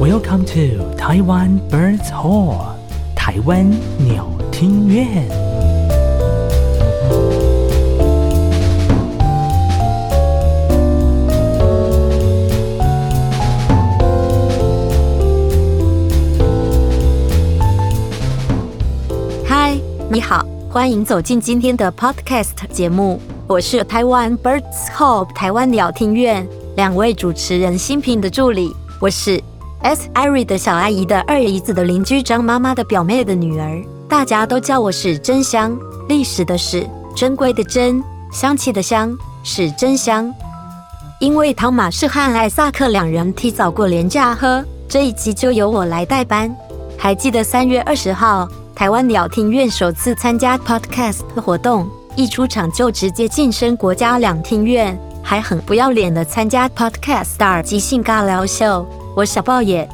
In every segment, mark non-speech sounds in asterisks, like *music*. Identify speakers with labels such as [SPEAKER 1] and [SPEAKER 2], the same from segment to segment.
[SPEAKER 1] Welcome to Taiwan Birds Hall，台湾鸟听院。
[SPEAKER 2] 嗨，你好，欢迎走进今天的 Podcast 节目，我是台湾 Birds Hope 台湾鸟听院两位主持人新平的助理，我是 S Iri 的小阿姨的二姨子的邻居张妈妈的表妹的女儿，大家都叫我史真香，历史的史，珍贵的珍，香气的香，史真香。因为汤马士和艾萨克两人提早过年假喝，这一集就由我来代班。还记得三月二十号，台湾鸟听院首次参加 Podcast 活动，一出场就直接晋升国家两厅院，还很不要脸的参加 Podcast 的即兴尬聊秀，我小爆也。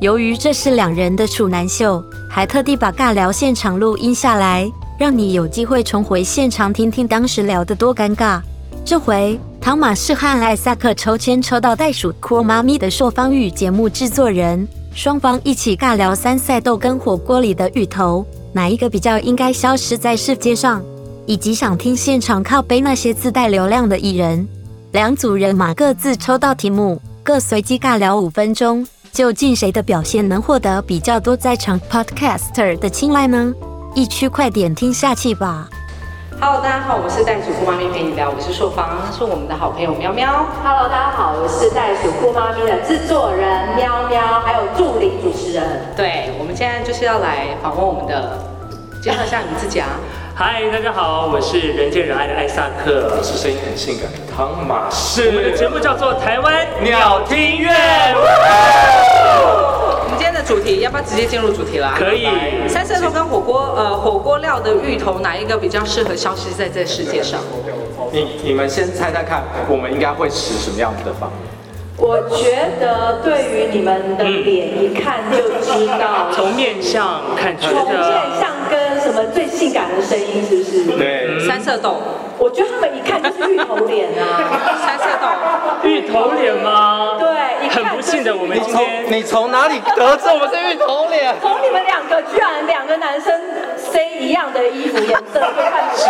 [SPEAKER 2] 由于这是两人的处男秀，还特地把尬聊现场录音下来，让你有机会重回现场听听当时聊得多尴尬。这回唐马士和艾萨克抽签抽到袋鼠酷妈咪的朔方玉节目制作人，双方一起尬聊三赛豆跟火锅里的芋头，哪一个比较应该消失在世界上，以及想听现场靠背那些自带流量的艺人。两组人马各自抽到题目，各随机尬聊五分钟，究竟谁的表现能获得比较多在场 podcaster 的青睐呢？一区快点听下去吧。
[SPEAKER 3] Hello，大家好，我是袋鼠姑妈咪陪你聊，我是硕芳，是我们的好朋友喵喵。
[SPEAKER 4] Hello，大家好，我是袋鼠酷妈咪的制作人喵喵，还有助理主持人。
[SPEAKER 3] 对，我们现在就是要来访问我们的，介绍一下你自己啊。
[SPEAKER 5] 嗨，大家好，我是人见人爱的艾萨克
[SPEAKER 6] 我。是声音很性感的汤马士。
[SPEAKER 5] 我们的节目叫做《台湾鸟听院》，
[SPEAKER 3] 我们今天的主题要不要直接进入主题啦？
[SPEAKER 5] 可以。
[SPEAKER 3] 三色豆跟火锅，呃，火锅料的芋头哪一个比较适合消失在这世界上？
[SPEAKER 6] 你你们先猜猜看，我们应该会使什么样子的方面？
[SPEAKER 4] 我觉得对于你们的脸一看就知道，
[SPEAKER 5] 从面相看，觉
[SPEAKER 4] 从面
[SPEAKER 5] 得
[SPEAKER 4] 相跟什么最性感的声音是不是？
[SPEAKER 6] 对，
[SPEAKER 3] 三色豆，
[SPEAKER 4] 我觉得他们一看就是芋头脸啊。
[SPEAKER 3] *laughs* 三色豆，
[SPEAKER 5] 芋头脸吗？
[SPEAKER 4] 对，一看就是
[SPEAKER 5] 很不幸的，我们
[SPEAKER 6] 你
[SPEAKER 5] 今
[SPEAKER 6] 从
[SPEAKER 5] 天
[SPEAKER 6] 你从哪里得知我们是芋头脸？
[SPEAKER 4] 从你们两个居然两个男生塞一样的衣服颜色，就看
[SPEAKER 5] 是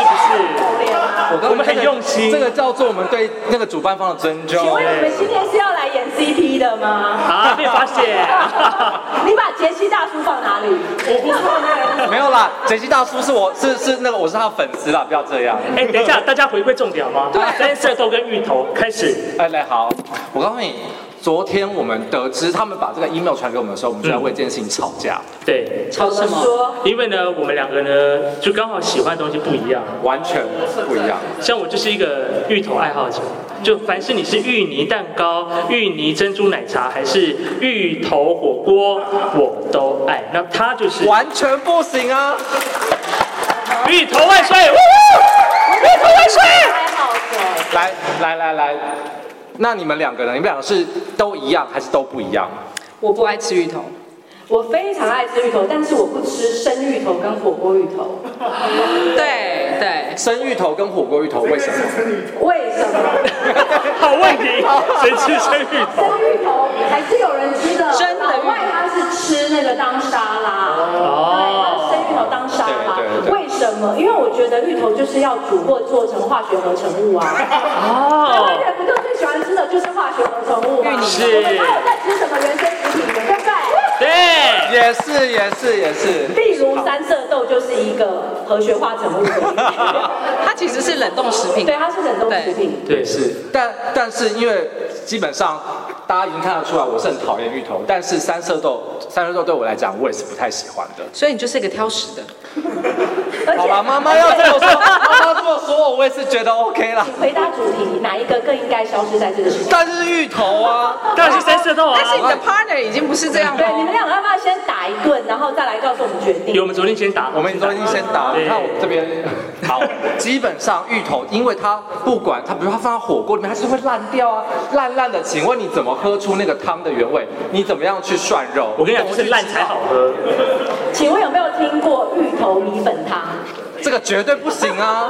[SPEAKER 5] 不
[SPEAKER 4] 脸啊。
[SPEAKER 5] 我们很用心
[SPEAKER 6] 这个叫做我们对那个主办方的尊
[SPEAKER 5] 哦
[SPEAKER 6] 重。
[SPEAKER 4] 请问你们今天是要来演 CP 的吗
[SPEAKER 5] 是？啊？被发现，
[SPEAKER 4] *laughs* 你把杰西大叔放哪里？我不放
[SPEAKER 6] 没有啦，杰西大叔是我是是那个我是他的粉丝啦，不要这样。
[SPEAKER 5] 哎，等一下，大家回归重点好吗？对，三色豆跟芋头开始，
[SPEAKER 6] 哎，来好，我告诉你，昨天我们得知他们把这个 email 传给我们的时候，我们就在为这件事情吵架，
[SPEAKER 5] 对，
[SPEAKER 3] 炒什么？
[SPEAKER 4] 说
[SPEAKER 5] 因为呢，我们两个呢，就刚好喜欢的东西不一样。
[SPEAKER 6] 完全不一样。
[SPEAKER 5] 像我就是一个芋头爱好者，就凡是你是芋泥蛋糕、芋泥珍珠奶茶，还是芋头火锅，我都爱。那它就是
[SPEAKER 6] 完全不行啊！
[SPEAKER 5] 芋头万岁！呜呼芋头万岁！
[SPEAKER 4] 爱好者，
[SPEAKER 6] 来来来来，那你们两个人，你们两个是都一样还是都不一样？
[SPEAKER 3] 我不爱吃芋头，
[SPEAKER 4] 我非常爱吃芋头，但是我不吃生芋头跟火锅芋头，
[SPEAKER 3] 对对，
[SPEAKER 6] 生芋头跟火锅芋头为什 *laughs* 么？
[SPEAKER 4] 为什么？
[SPEAKER 5] 好问
[SPEAKER 6] *laughs*
[SPEAKER 5] 题，谁吃生芋头？
[SPEAKER 4] 生芋头还是有人吃的，
[SPEAKER 3] 真的芋头
[SPEAKER 4] 老外他是吃那个当沙拉，对，他是生芋头当沙
[SPEAKER 6] 对对
[SPEAKER 4] 拉，
[SPEAKER 6] 对
[SPEAKER 4] 为什么？因为我觉得芋头就是要煮或做成化学合成物啊。台湾
[SPEAKER 5] 哦，
[SPEAKER 4] 人不就最喜欢吃的就是化学合成物吗？
[SPEAKER 5] 是
[SPEAKER 4] 我们哪有在吃什么原生食品的，对不对？
[SPEAKER 5] 对，
[SPEAKER 6] 也是也是也是， *laughs*
[SPEAKER 4] 例如三色豆就是一个和学化成物的一个，
[SPEAKER 3] 它其实是冷冻食品
[SPEAKER 4] 对，。它是冷冻食品。
[SPEAKER 5] 对
[SPEAKER 6] 是，但但是因为基本上大家已经看得出来，我是很讨厌芋头，但是三色豆三色豆对我来讲，我也是不太喜欢的。
[SPEAKER 3] 所以你就是一个挑食的。
[SPEAKER 4] 而
[SPEAKER 6] 好 *laughs* 吧，
[SPEAKER 4] 且
[SPEAKER 6] 妈妈要这么说，妈妈这么说，我也是觉得 OK 啦。
[SPEAKER 4] 回答主题，哪一个更应该消失在这个世界？
[SPEAKER 6] 但是芋头啊，
[SPEAKER 5] 当然是三色豆啊
[SPEAKER 3] 但。是你的 partner 已经不是这样
[SPEAKER 4] 对，你们
[SPEAKER 3] 了。哦
[SPEAKER 4] 两个要不要先打一顿，然后再来告诉我们决定
[SPEAKER 5] 有？我们昨天先打，
[SPEAKER 6] 我们昨天先打，
[SPEAKER 5] 对
[SPEAKER 6] 你看我这边好，基本上芋头，因为它不管它，比如它放到火锅里面，它是会烂掉啊，烂烂的。请问你怎么喝出那个汤的原味？你怎么样去涮肉？
[SPEAKER 5] 我跟你讲，就是烂才好喝。
[SPEAKER 4] 请问有没有听过芋头米粉汤？
[SPEAKER 6] 这个绝对不行啊！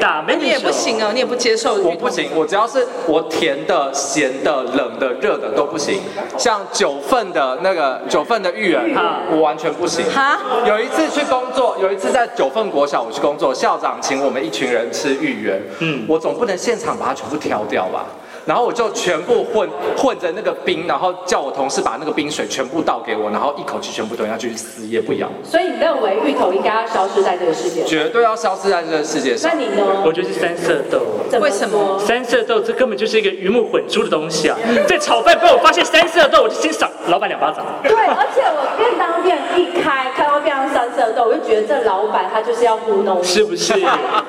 [SPEAKER 5] 打妹
[SPEAKER 3] 你也不行哦，你也不接受芋头。
[SPEAKER 6] 我不行，我只要是我甜的、咸的、冷的、热的都不行。像九份的那个九份的芋圆
[SPEAKER 5] 啊，
[SPEAKER 6] 我完全不行。
[SPEAKER 3] 哈
[SPEAKER 6] 有一次去工作，有一次在九份国小我去工作，校长请我们一群人吃芋圆，
[SPEAKER 5] 嗯
[SPEAKER 6] 嗯，我总不能现场把它全部挑掉吧。然后我就全部混混着那个冰，然后叫我同事把那个冰水全部倒给我，然后一口气全部吞下去，死也不咬，
[SPEAKER 4] 所以你认为芋头应该要消失在这个世界上？
[SPEAKER 6] 绝对要消失在这个世界上
[SPEAKER 4] 那。你呢？
[SPEAKER 5] 我觉得是三色豆。
[SPEAKER 4] 怎
[SPEAKER 3] 为什么
[SPEAKER 4] 说
[SPEAKER 5] 三色豆这根本就是一个鱼目混珠的东西啊！在炒饭被我发现三色豆，我就先赏老板两巴掌。
[SPEAKER 4] 对，而且我便当店一开，看到便当三色豆，我就觉得这老板他就是要糊弄我，
[SPEAKER 5] 是不是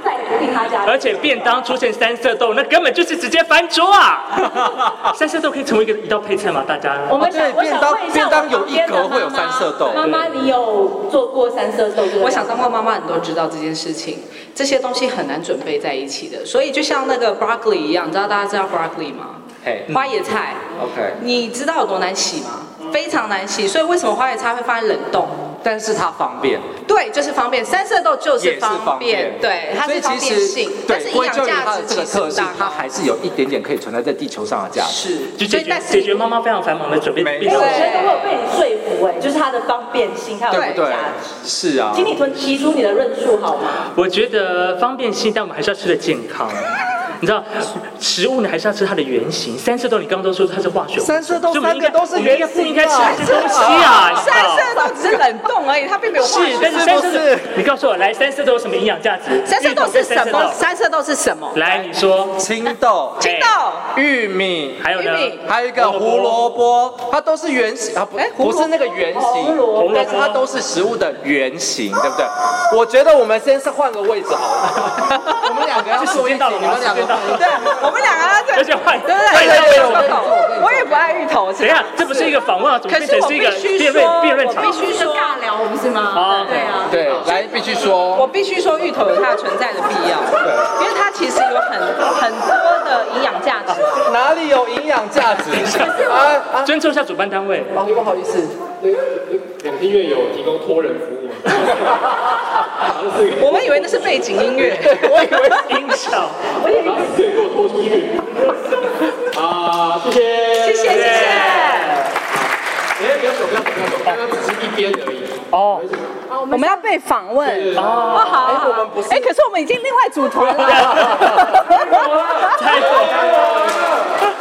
[SPEAKER 4] 再也不进他家。
[SPEAKER 5] 而且便当出现三色豆，那根本就是直接翻桌
[SPEAKER 3] *laughs*
[SPEAKER 5] 啊！三色豆可以成为一个一道配菜吗？大家
[SPEAKER 4] 我们想
[SPEAKER 6] 对，
[SPEAKER 4] 我
[SPEAKER 6] 便
[SPEAKER 4] 想
[SPEAKER 6] 当
[SPEAKER 4] 问一下
[SPEAKER 6] 便
[SPEAKER 4] 我
[SPEAKER 6] 当
[SPEAKER 4] 旁
[SPEAKER 6] 有一
[SPEAKER 4] 边的妈
[SPEAKER 6] 格
[SPEAKER 4] 妈
[SPEAKER 6] 会有三色豆，
[SPEAKER 4] 妈妈，你有做过三色豆这个？
[SPEAKER 3] 我想，当过妈妈，你都知道这件事情，这些东西很难准备在一起的。所以就像那个 broccoli 一样，你知道大家知道 broccoli 吗？
[SPEAKER 6] 嘿
[SPEAKER 3] 花椰菜，
[SPEAKER 6] 嗯，OK。
[SPEAKER 3] 你知道有多难洗吗？非常难洗，所以为什么花椰菜会放在冷冻？
[SPEAKER 6] 但是它方便，
[SPEAKER 3] 对，就是方便。三色豆就是
[SPEAKER 6] 也是方便，
[SPEAKER 3] 对，它
[SPEAKER 6] 所以
[SPEAKER 3] 是方
[SPEAKER 6] 其
[SPEAKER 3] 便
[SPEAKER 6] 实
[SPEAKER 3] 性，但
[SPEAKER 6] 对
[SPEAKER 3] 是，营
[SPEAKER 6] 归
[SPEAKER 3] 养
[SPEAKER 6] 咎于
[SPEAKER 3] 价
[SPEAKER 6] 它的
[SPEAKER 3] 值
[SPEAKER 6] 这个
[SPEAKER 3] 其实
[SPEAKER 6] 特
[SPEAKER 3] 不
[SPEAKER 6] 性
[SPEAKER 3] 大，
[SPEAKER 6] 它还是有一点点可以存在在地球上的价值。
[SPEAKER 3] 是，所
[SPEAKER 5] 就解
[SPEAKER 3] 以
[SPEAKER 5] 决
[SPEAKER 3] 但
[SPEAKER 5] 解决
[SPEAKER 3] 是
[SPEAKER 5] 妈妈非常繁忙的准备
[SPEAKER 6] 没
[SPEAKER 5] 便
[SPEAKER 4] 哎、
[SPEAKER 5] 当
[SPEAKER 4] 我
[SPEAKER 3] 对
[SPEAKER 4] 觉得我有被你说服、哎，就是它的方便性，它有
[SPEAKER 3] 对
[SPEAKER 4] 价
[SPEAKER 6] 对
[SPEAKER 4] 值。，
[SPEAKER 6] 是啊
[SPEAKER 4] 请。你提提出你的论述好吗？
[SPEAKER 5] 我觉得方便性，但我们还是要吃的健
[SPEAKER 3] *laughs*
[SPEAKER 5] 康。你知道，食物呢还是要吃它的原型。三色豆，你刚刚都说它是化学物质，
[SPEAKER 6] 三色豆
[SPEAKER 5] 所以我们应该
[SPEAKER 6] 三个都是原型啊
[SPEAKER 5] 我们应该不应该吃这些东西啊？你知
[SPEAKER 3] 三
[SPEAKER 5] 道
[SPEAKER 3] 色豆只是冷冻而已，它并没有化
[SPEAKER 5] 是，
[SPEAKER 3] 学
[SPEAKER 5] 但是三色
[SPEAKER 6] 是不是
[SPEAKER 5] 豆，你告诉我，来三色豆有什么营养价值？
[SPEAKER 3] 三色豆
[SPEAKER 5] 芋头跟
[SPEAKER 3] 是什
[SPEAKER 5] 三色
[SPEAKER 3] 么？
[SPEAKER 5] 豆
[SPEAKER 3] 三色豆是什么？
[SPEAKER 5] 来，你说，
[SPEAKER 6] 青豆、
[SPEAKER 3] 青
[SPEAKER 5] 哎
[SPEAKER 3] 豆。
[SPEAKER 6] 玉米，
[SPEAKER 5] 还有呢？
[SPEAKER 3] 玉米
[SPEAKER 6] 还有一个胡萝卜，它都是原型啊，不
[SPEAKER 3] 哎，胡
[SPEAKER 6] 不
[SPEAKER 3] 萝卜
[SPEAKER 6] 是那个圆
[SPEAKER 4] 胡
[SPEAKER 6] 形
[SPEAKER 4] 萝
[SPEAKER 5] 卜，
[SPEAKER 6] 但是它都是食物的原型，对不对？我觉得我们先是换个位置
[SPEAKER 3] *laughs*
[SPEAKER 6] 好了，我们两个要坐一起，你们两个换一起
[SPEAKER 3] 对，我们两个要对
[SPEAKER 5] 而且换
[SPEAKER 3] 对对
[SPEAKER 5] 换一
[SPEAKER 3] 对
[SPEAKER 5] 下
[SPEAKER 3] 对
[SPEAKER 5] 我跟你
[SPEAKER 6] 说我跟你说
[SPEAKER 3] 我也不爱芋头，
[SPEAKER 5] 等一下，这不是一个访问啊，怎么
[SPEAKER 3] 可
[SPEAKER 5] 变
[SPEAKER 3] 是
[SPEAKER 5] 成
[SPEAKER 3] 我
[SPEAKER 5] 是一个
[SPEAKER 3] 必须
[SPEAKER 5] 辩
[SPEAKER 3] 说
[SPEAKER 5] 论辩论场？
[SPEAKER 3] 我必须说，
[SPEAKER 4] 聊，不是吗？
[SPEAKER 5] 哦对
[SPEAKER 4] 啊。
[SPEAKER 6] 对，来必须说，
[SPEAKER 3] 我必须说芋头有它存在的必要，因为它其实有很很多的营养价值。
[SPEAKER 6] 哪里有营养价
[SPEAKER 3] *laughs*
[SPEAKER 6] 值？啊啊！
[SPEAKER 5] 尊重一下主办单位。
[SPEAKER 6] 哦，不好意思，
[SPEAKER 7] 两厅院有提供托人服务吗？好像是一个
[SPEAKER 3] 我们以为那是背景音乐，
[SPEAKER 6] 我以为
[SPEAKER 5] 音效，
[SPEAKER 7] 把水给我拖出去。啊，谢谢。
[SPEAKER 3] 谢谢谢谢。
[SPEAKER 7] 哎，不要走，不要走，不要走，刚刚只是一边而已。
[SPEAKER 5] 哦，
[SPEAKER 8] 我们要被访问，
[SPEAKER 3] 哦好，
[SPEAKER 6] 我们不是
[SPEAKER 8] 哎，可是我们已经另外组团了。
[SPEAKER 5] *laughs* 太好了，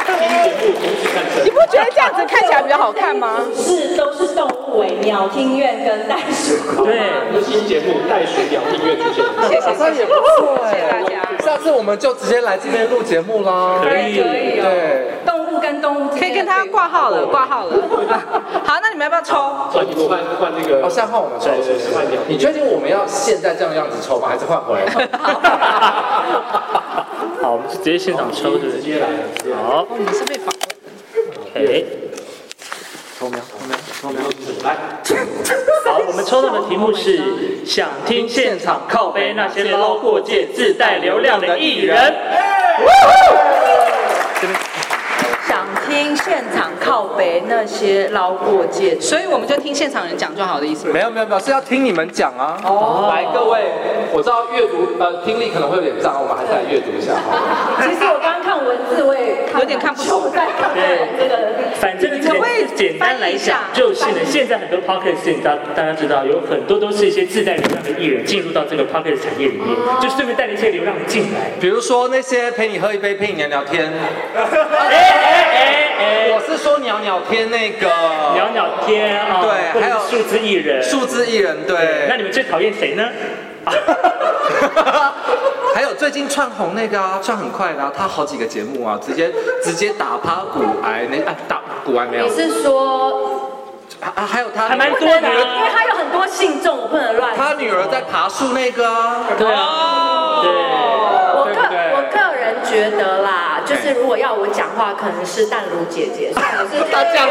[SPEAKER 8] 你不觉得这样子看起来比较好看吗？
[SPEAKER 4] 是都是动物为鸟听院跟袋鼠库。
[SPEAKER 5] 对。
[SPEAKER 7] 我们新节目带水聊音乐出现。
[SPEAKER 3] 谢谢
[SPEAKER 6] 好像也
[SPEAKER 3] 谢
[SPEAKER 6] 不错哎，
[SPEAKER 3] 谢大家。
[SPEAKER 6] 下次我们就直接来这边录节目啦。
[SPEAKER 5] 可以，
[SPEAKER 6] 对，
[SPEAKER 4] 哦动物跟动物之
[SPEAKER 3] 可
[SPEAKER 4] 间
[SPEAKER 3] 以
[SPEAKER 4] 的
[SPEAKER 3] 跟他
[SPEAKER 4] 对
[SPEAKER 3] 挂
[SPEAKER 4] 话
[SPEAKER 3] 号了，挂号了。 *laughs* 好，那你们要不要抽？
[SPEAKER 7] 所以你们换换那个
[SPEAKER 6] 哦，，现在换我们抽是不是？
[SPEAKER 7] 换聊。
[SPEAKER 6] 你确定我们要现在这样样子抽吗？还是换回来？
[SPEAKER 5] 好，我们直接现场抽，对不对？
[SPEAKER 7] 直接来，直接来。
[SPEAKER 3] 我
[SPEAKER 5] 好
[SPEAKER 3] 哦们是被访问，
[SPEAKER 5] ，OK。好，我们抽到的题目是想听现场靠背那些捞过界自带流量的艺人。
[SPEAKER 4] 想听现场靠北那些捞过界，
[SPEAKER 3] 所以我们就听现场人讲就好的意思吗。
[SPEAKER 6] *laughs* 没有没有没有，是要听你们讲啊。哦，来各位，我知道阅读呃听力可能会有点障碍，我们还是来阅读一下好了。
[SPEAKER 4] 其实我刚刚看文字，我也
[SPEAKER 3] 有点看不懂
[SPEAKER 4] 我在看这个。
[SPEAKER 5] 反正
[SPEAKER 3] 可不可以
[SPEAKER 5] 简简单来讲，就是呢，现在很多 podcast 大大家知道，有很多都是一些自带流量的艺人进入到这个 podcast 产业里面，
[SPEAKER 3] 哦
[SPEAKER 5] 就顺便带了一些流量进来。
[SPEAKER 6] 比如说那些陪你喝一杯、陪你聊聊天，
[SPEAKER 3] 哦
[SPEAKER 5] 哎哎哎
[SPEAKER 6] 我是说聊聊天那
[SPEAKER 5] 哎，
[SPEAKER 6] 个
[SPEAKER 5] 聊聊天啊，
[SPEAKER 6] 对
[SPEAKER 5] 或者
[SPEAKER 6] 还有
[SPEAKER 5] 是数字艺人。
[SPEAKER 6] 数字艺人，
[SPEAKER 5] 那
[SPEAKER 6] 对。
[SPEAKER 5] 你们最讨厌谁
[SPEAKER 6] *laughs*
[SPEAKER 5] 呢？啊
[SPEAKER 6] 还有最近窜红那个啊，窜很快的、啊，他好几个节目啊，直接直接打趴骨癌那啊打骨癌没有
[SPEAKER 4] 你是说，
[SPEAKER 6] 啊啊还有他
[SPEAKER 5] 还蛮多
[SPEAKER 4] 不能
[SPEAKER 5] 的
[SPEAKER 4] 啊
[SPEAKER 5] 啊。
[SPEAKER 4] 因为他有很多信众，我不能乱。
[SPEAKER 6] 他女儿在爬树那个啊，
[SPEAKER 5] 对啊，对，
[SPEAKER 4] 哦我个
[SPEAKER 6] 对不对
[SPEAKER 4] 我个人觉得啦，就是如果要我讲话，可能是淡如姐
[SPEAKER 6] *laughs*
[SPEAKER 4] 姐，虽然我是她讲。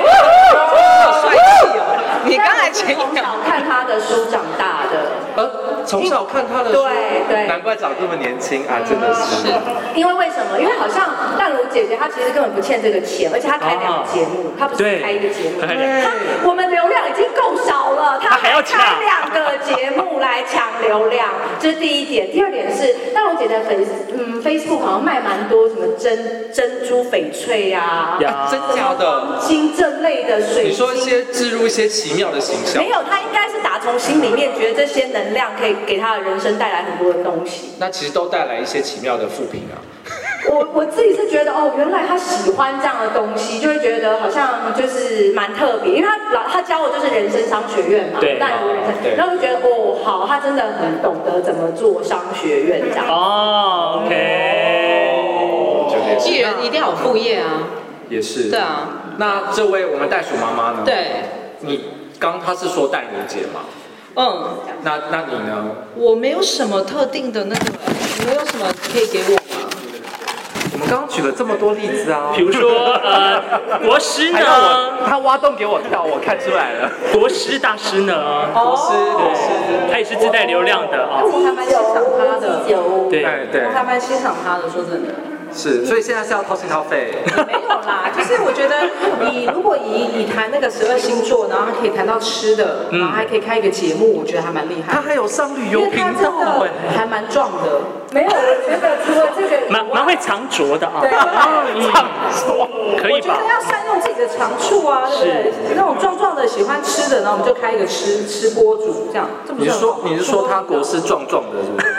[SPEAKER 3] 好帅气哦！你刚才前一
[SPEAKER 4] 从
[SPEAKER 3] 秒
[SPEAKER 4] 小看她的书长大的，
[SPEAKER 6] 呃，从小看他的书，
[SPEAKER 4] 对对
[SPEAKER 6] 难怪长这么年轻啊，真的是。
[SPEAKER 4] 因为为什么？因为好像淡如姐姐她其实根本不欠这个钱，而且她开两个节目，她不是
[SPEAKER 5] 对
[SPEAKER 4] 开一个节目，
[SPEAKER 5] 她开
[SPEAKER 6] 两个
[SPEAKER 4] 她我们流量已经够少了，
[SPEAKER 5] 他还要抢
[SPEAKER 4] 开两个节目来抢流量，这是第一点。第二点是，大荣姐的粉丝，嗯，Facebook 好像卖蛮多什么珍珍珠翡翠啊、
[SPEAKER 5] 呀
[SPEAKER 6] 真假的？
[SPEAKER 4] 金这类的水晶。
[SPEAKER 6] 你说一些植入一些奇妙的形象
[SPEAKER 4] 没，有，他应该是打从心里面觉得这些能量可以给他的人生带来很多的东西。
[SPEAKER 6] 那其实都带来一些奇妙的负评啊。
[SPEAKER 4] 我我自己是觉得哦，原来他喜欢这样的东西，就会觉得好像就是蛮特别，因为他老他教我就是人生商学院嘛，
[SPEAKER 5] 对
[SPEAKER 4] 那我人
[SPEAKER 6] 对
[SPEAKER 4] 生，然后就觉得哦，好，他真的很懂得怎么做商学院这样。
[SPEAKER 6] 嗯
[SPEAKER 5] 哦，OK，
[SPEAKER 4] 啊
[SPEAKER 6] 哦
[SPEAKER 3] 艺人一定要有副业啊，
[SPEAKER 6] 也是。
[SPEAKER 3] 对。啊，
[SPEAKER 6] 那这位我们袋鼠妈妈呢？，
[SPEAKER 3] 对，
[SPEAKER 6] 你刚她是说带你姐嘛？
[SPEAKER 3] 嗯，
[SPEAKER 6] 那那你呢？
[SPEAKER 3] 我没有什么特定的那个，你们有什么可以给我吗？
[SPEAKER 6] 我们刚刚举了这么多例子啊，
[SPEAKER 5] 比如说呃，国师
[SPEAKER 6] 还让我
[SPEAKER 5] 呢，
[SPEAKER 6] 他挖洞给我跳，我看出来了。
[SPEAKER 5] 国师大师呢，
[SPEAKER 6] 国师，国师，
[SPEAKER 5] 他也是自带流量的啊、哦，
[SPEAKER 3] 我还蛮欣赏他的，
[SPEAKER 5] 对，
[SPEAKER 6] 对哎对
[SPEAKER 3] 我，还蛮欣赏他的，说真的。
[SPEAKER 6] 是，所以现在是要掏心掏 *laughs* 肺。
[SPEAKER 9] 没有啦，就是我觉得你如果以你谈那个十二星座，然后还可以谈到吃的，然后还可以开一个节目，我觉得还蛮厉害
[SPEAKER 6] 他。还有上旅
[SPEAKER 9] 因
[SPEAKER 6] 游
[SPEAKER 9] 为
[SPEAKER 6] 频
[SPEAKER 9] 他真
[SPEAKER 6] 道
[SPEAKER 9] 的
[SPEAKER 6] 哎，
[SPEAKER 9] 还蛮壮的，
[SPEAKER 4] 没有，我觉得除了这个以
[SPEAKER 5] 蛮蛮会藏拙的啊、
[SPEAKER 9] 对，
[SPEAKER 5] 可
[SPEAKER 9] 我
[SPEAKER 5] 以
[SPEAKER 9] 觉
[SPEAKER 5] 吧
[SPEAKER 9] 得？要善用自己的长处啊，对不对？那种壮壮的喜欢吃的，然后我们就开一个吃吃播主这样，这不
[SPEAKER 6] 你
[SPEAKER 9] 是
[SPEAKER 6] 是
[SPEAKER 9] 很
[SPEAKER 6] 说
[SPEAKER 9] 好
[SPEAKER 6] 你是说他国师壮壮的，是 *laughs* 不是？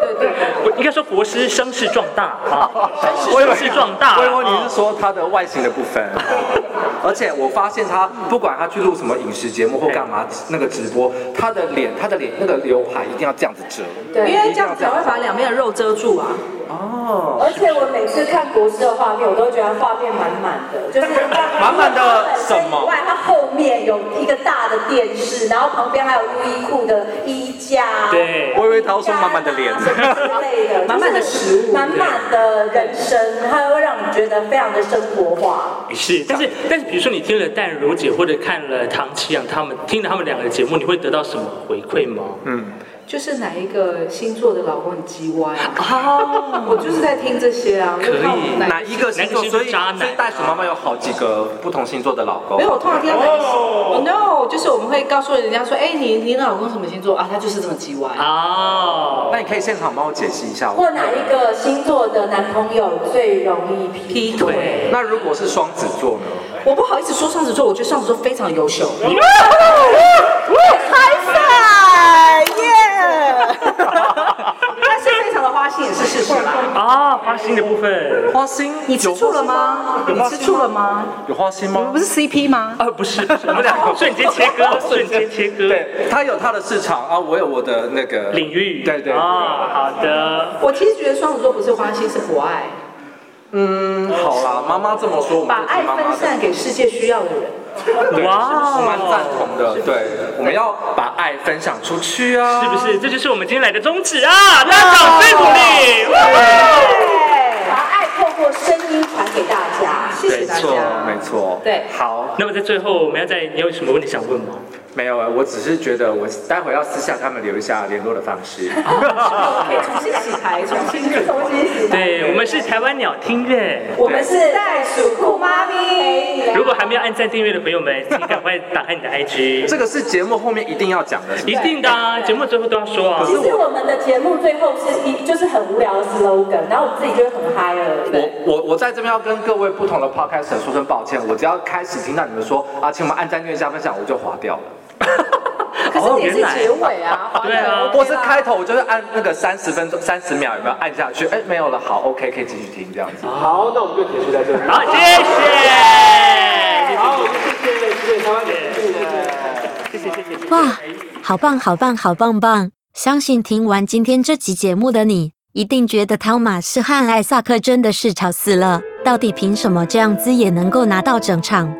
[SPEAKER 9] 对对对对。
[SPEAKER 5] 我应该说国师声势壮大
[SPEAKER 6] 哦
[SPEAKER 5] 啊，
[SPEAKER 6] 我以为
[SPEAKER 5] 声势壮大啊。
[SPEAKER 6] 我以为你是说它的外形的部分，而且我发现他不管他去录什么饮食节目或干嘛，那个直播，他的脸，他的脸那个刘海一定要这样子遮。
[SPEAKER 9] 因为这样才会把两边的肉遮住啊。
[SPEAKER 6] 哦，
[SPEAKER 4] 而且我每次看国师的画面，我都觉得画面满满的，
[SPEAKER 6] *laughs*
[SPEAKER 4] 就是
[SPEAKER 6] 满满的什么
[SPEAKER 4] 以外，它后面有一个大的电视，然后旁边还有优衣库的衣架，
[SPEAKER 5] 对
[SPEAKER 6] 我以为他要说满满的 *laughs* 脸。
[SPEAKER 4] 之类的，
[SPEAKER 9] 满满的食物
[SPEAKER 4] 满满的人生，它会让你觉得非常的生活化。
[SPEAKER 5] 是，但是但是，比如说你听了淡如姐或者看了唐奇阳他们听了他们两个的节目，你会得到什么回馈吗？
[SPEAKER 6] 嗯
[SPEAKER 9] 就是哪一个星座的老公很鸡歪啊？我就是在听这些啊，
[SPEAKER 5] 可以
[SPEAKER 9] 我就看我哪
[SPEAKER 6] 哪一个
[SPEAKER 5] 哪
[SPEAKER 6] 星座？
[SPEAKER 5] 个星座
[SPEAKER 6] 所以
[SPEAKER 5] 渣男
[SPEAKER 6] 所以袋鼠妈妈有好几个不同星座的老公
[SPEAKER 9] 没。有，我通常听到哪一星？No，就是我们会告诉人家说，哎，你你老公什么星座啊？他就是这么鸡歪。
[SPEAKER 5] 哦，
[SPEAKER 6] 那你可以现场帮我解析一下。
[SPEAKER 4] 或哪一个星座的男朋友最容易劈？
[SPEAKER 9] 劈腿，
[SPEAKER 6] 那如果是双子座呢？
[SPEAKER 9] 我不好意思说双子座，我觉得双子座非常优秀。
[SPEAKER 8] 嗨粉耶！
[SPEAKER 9] 但是非常的花心也是事实啦。
[SPEAKER 5] 啊，花心的部分，
[SPEAKER 6] 花心，
[SPEAKER 9] 你吃醋了吗？
[SPEAKER 6] 有
[SPEAKER 9] 你
[SPEAKER 6] 花
[SPEAKER 9] 吃
[SPEAKER 6] 心
[SPEAKER 9] 醋了？吗？
[SPEAKER 6] 有花心
[SPEAKER 8] 你们
[SPEAKER 6] 吗
[SPEAKER 8] 不？是 CP 吗？
[SPEAKER 5] 啊，不是，不是
[SPEAKER 6] 我们两个
[SPEAKER 5] 瞬间切割
[SPEAKER 6] *laughs*
[SPEAKER 5] 了，瞬间切割，
[SPEAKER 6] 对，他有他的市场啊，我有我的那个
[SPEAKER 5] 领域，
[SPEAKER 6] 对对。
[SPEAKER 5] 啊，好的，
[SPEAKER 9] 我其实觉得双子座不是花心，是博爱，
[SPEAKER 6] 嗯，好啦，妈妈这么说，我们
[SPEAKER 9] 把
[SPEAKER 6] 就
[SPEAKER 9] 爱
[SPEAKER 6] 听妈妈
[SPEAKER 9] 分
[SPEAKER 6] 的。
[SPEAKER 9] 散给世界需要的人。
[SPEAKER 6] 对
[SPEAKER 5] 哇哦
[SPEAKER 6] 我蛮赞同的。对，我们要把爱分享出去啊！
[SPEAKER 5] 是不？是？这就是我们今天来的宗旨啊！大掌声鼓励！
[SPEAKER 4] 把爱透过声音传给大家。
[SPEAKER 9] 谢谢
[SPEAKER 6] 没
[SPEAKER 9] 大
[SPEAKER 6] 错
[SPEAKER 9] 家，。
[SPEAKER 6] 没错。 *laughs*
[SPEAKER 9] 对
[SPEAKER 6] 好，
[SPEAKER 5] 那么在最后，我们要在你有什么问题想问 *laughs* 吗？
[SPEAKER 6] 没有啊，我只是觉得我待会要私下他们留一下联络的方式。
[SPEAKER 9] 可以重新洗牌，重新重新洗牌。
[SPEAKER 5] 对我们是台湾鸟听乐。
[SPEAKER 4] 我们是袋鼠酷妈咪，
[SPEAKER 5] 如果还没有按赞订阅的朋友们，请赶快打开你的 IG， *laughs*
[SPEAKER 6] 这个是节目后面一定要讲的，是不
[SPEAKER 5] 一
[SPEAKER 6] 是
[SPEAKER 5] 定的、啊，节目最后都要说 *laughs* 啊
[SPEAKER 4] 其。实我们的节目最后是一就是很无聊的 slogan，然后我们自己就会很嗨了。
[SPEAKER 6] 我我我在这边要跟各位不同的 podcast 说声抱歉，我只要开始听到你们说啊，请我们按赞、订阅、加分享，我就划掉了。
[SPEAKER 9] 可是你是结尾啊，
[SPEAKER 5] *laughs* 对啊
[SPEAKER 6] 或是开头，我就是按那个三十分钟、三十秒有没有按下去？哎，没有了，好，OK，可以继续听这样子。
[SPEAKER 7] 好，那我们就结束在这里。
[SPEAKER 5] 好，谢谢，
[SPEAKER 7] 哎好，我们谢谢谢谢台湾的听众
[SPEAKER 5] 谢
[SPEAKER 7] 谢谢。
[SPEAKER 5] 谢，谢谢，谢谢。
[SPEAKER 2] 哇，好棒，好棒，好棒棒！相信听完今天这集节目的你，一定觉得汤马士和艾萨克真的是吵死了。到底凭什么这样子也能够拿到整场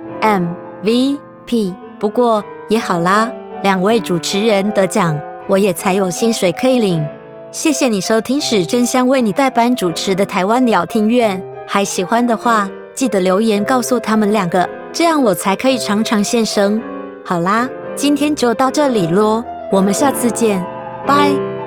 [SPEAKER 2] MVP？不过也好啦，两位主持人得奖，我也才有薪水可以领。谢谢你收听史真香为你代班主持的台湾鸟听院，还喜欢的话，记得留言告诉他们两个，这样我才可以常常现身。好啦，今天就到这里喽，我们下次见，拜。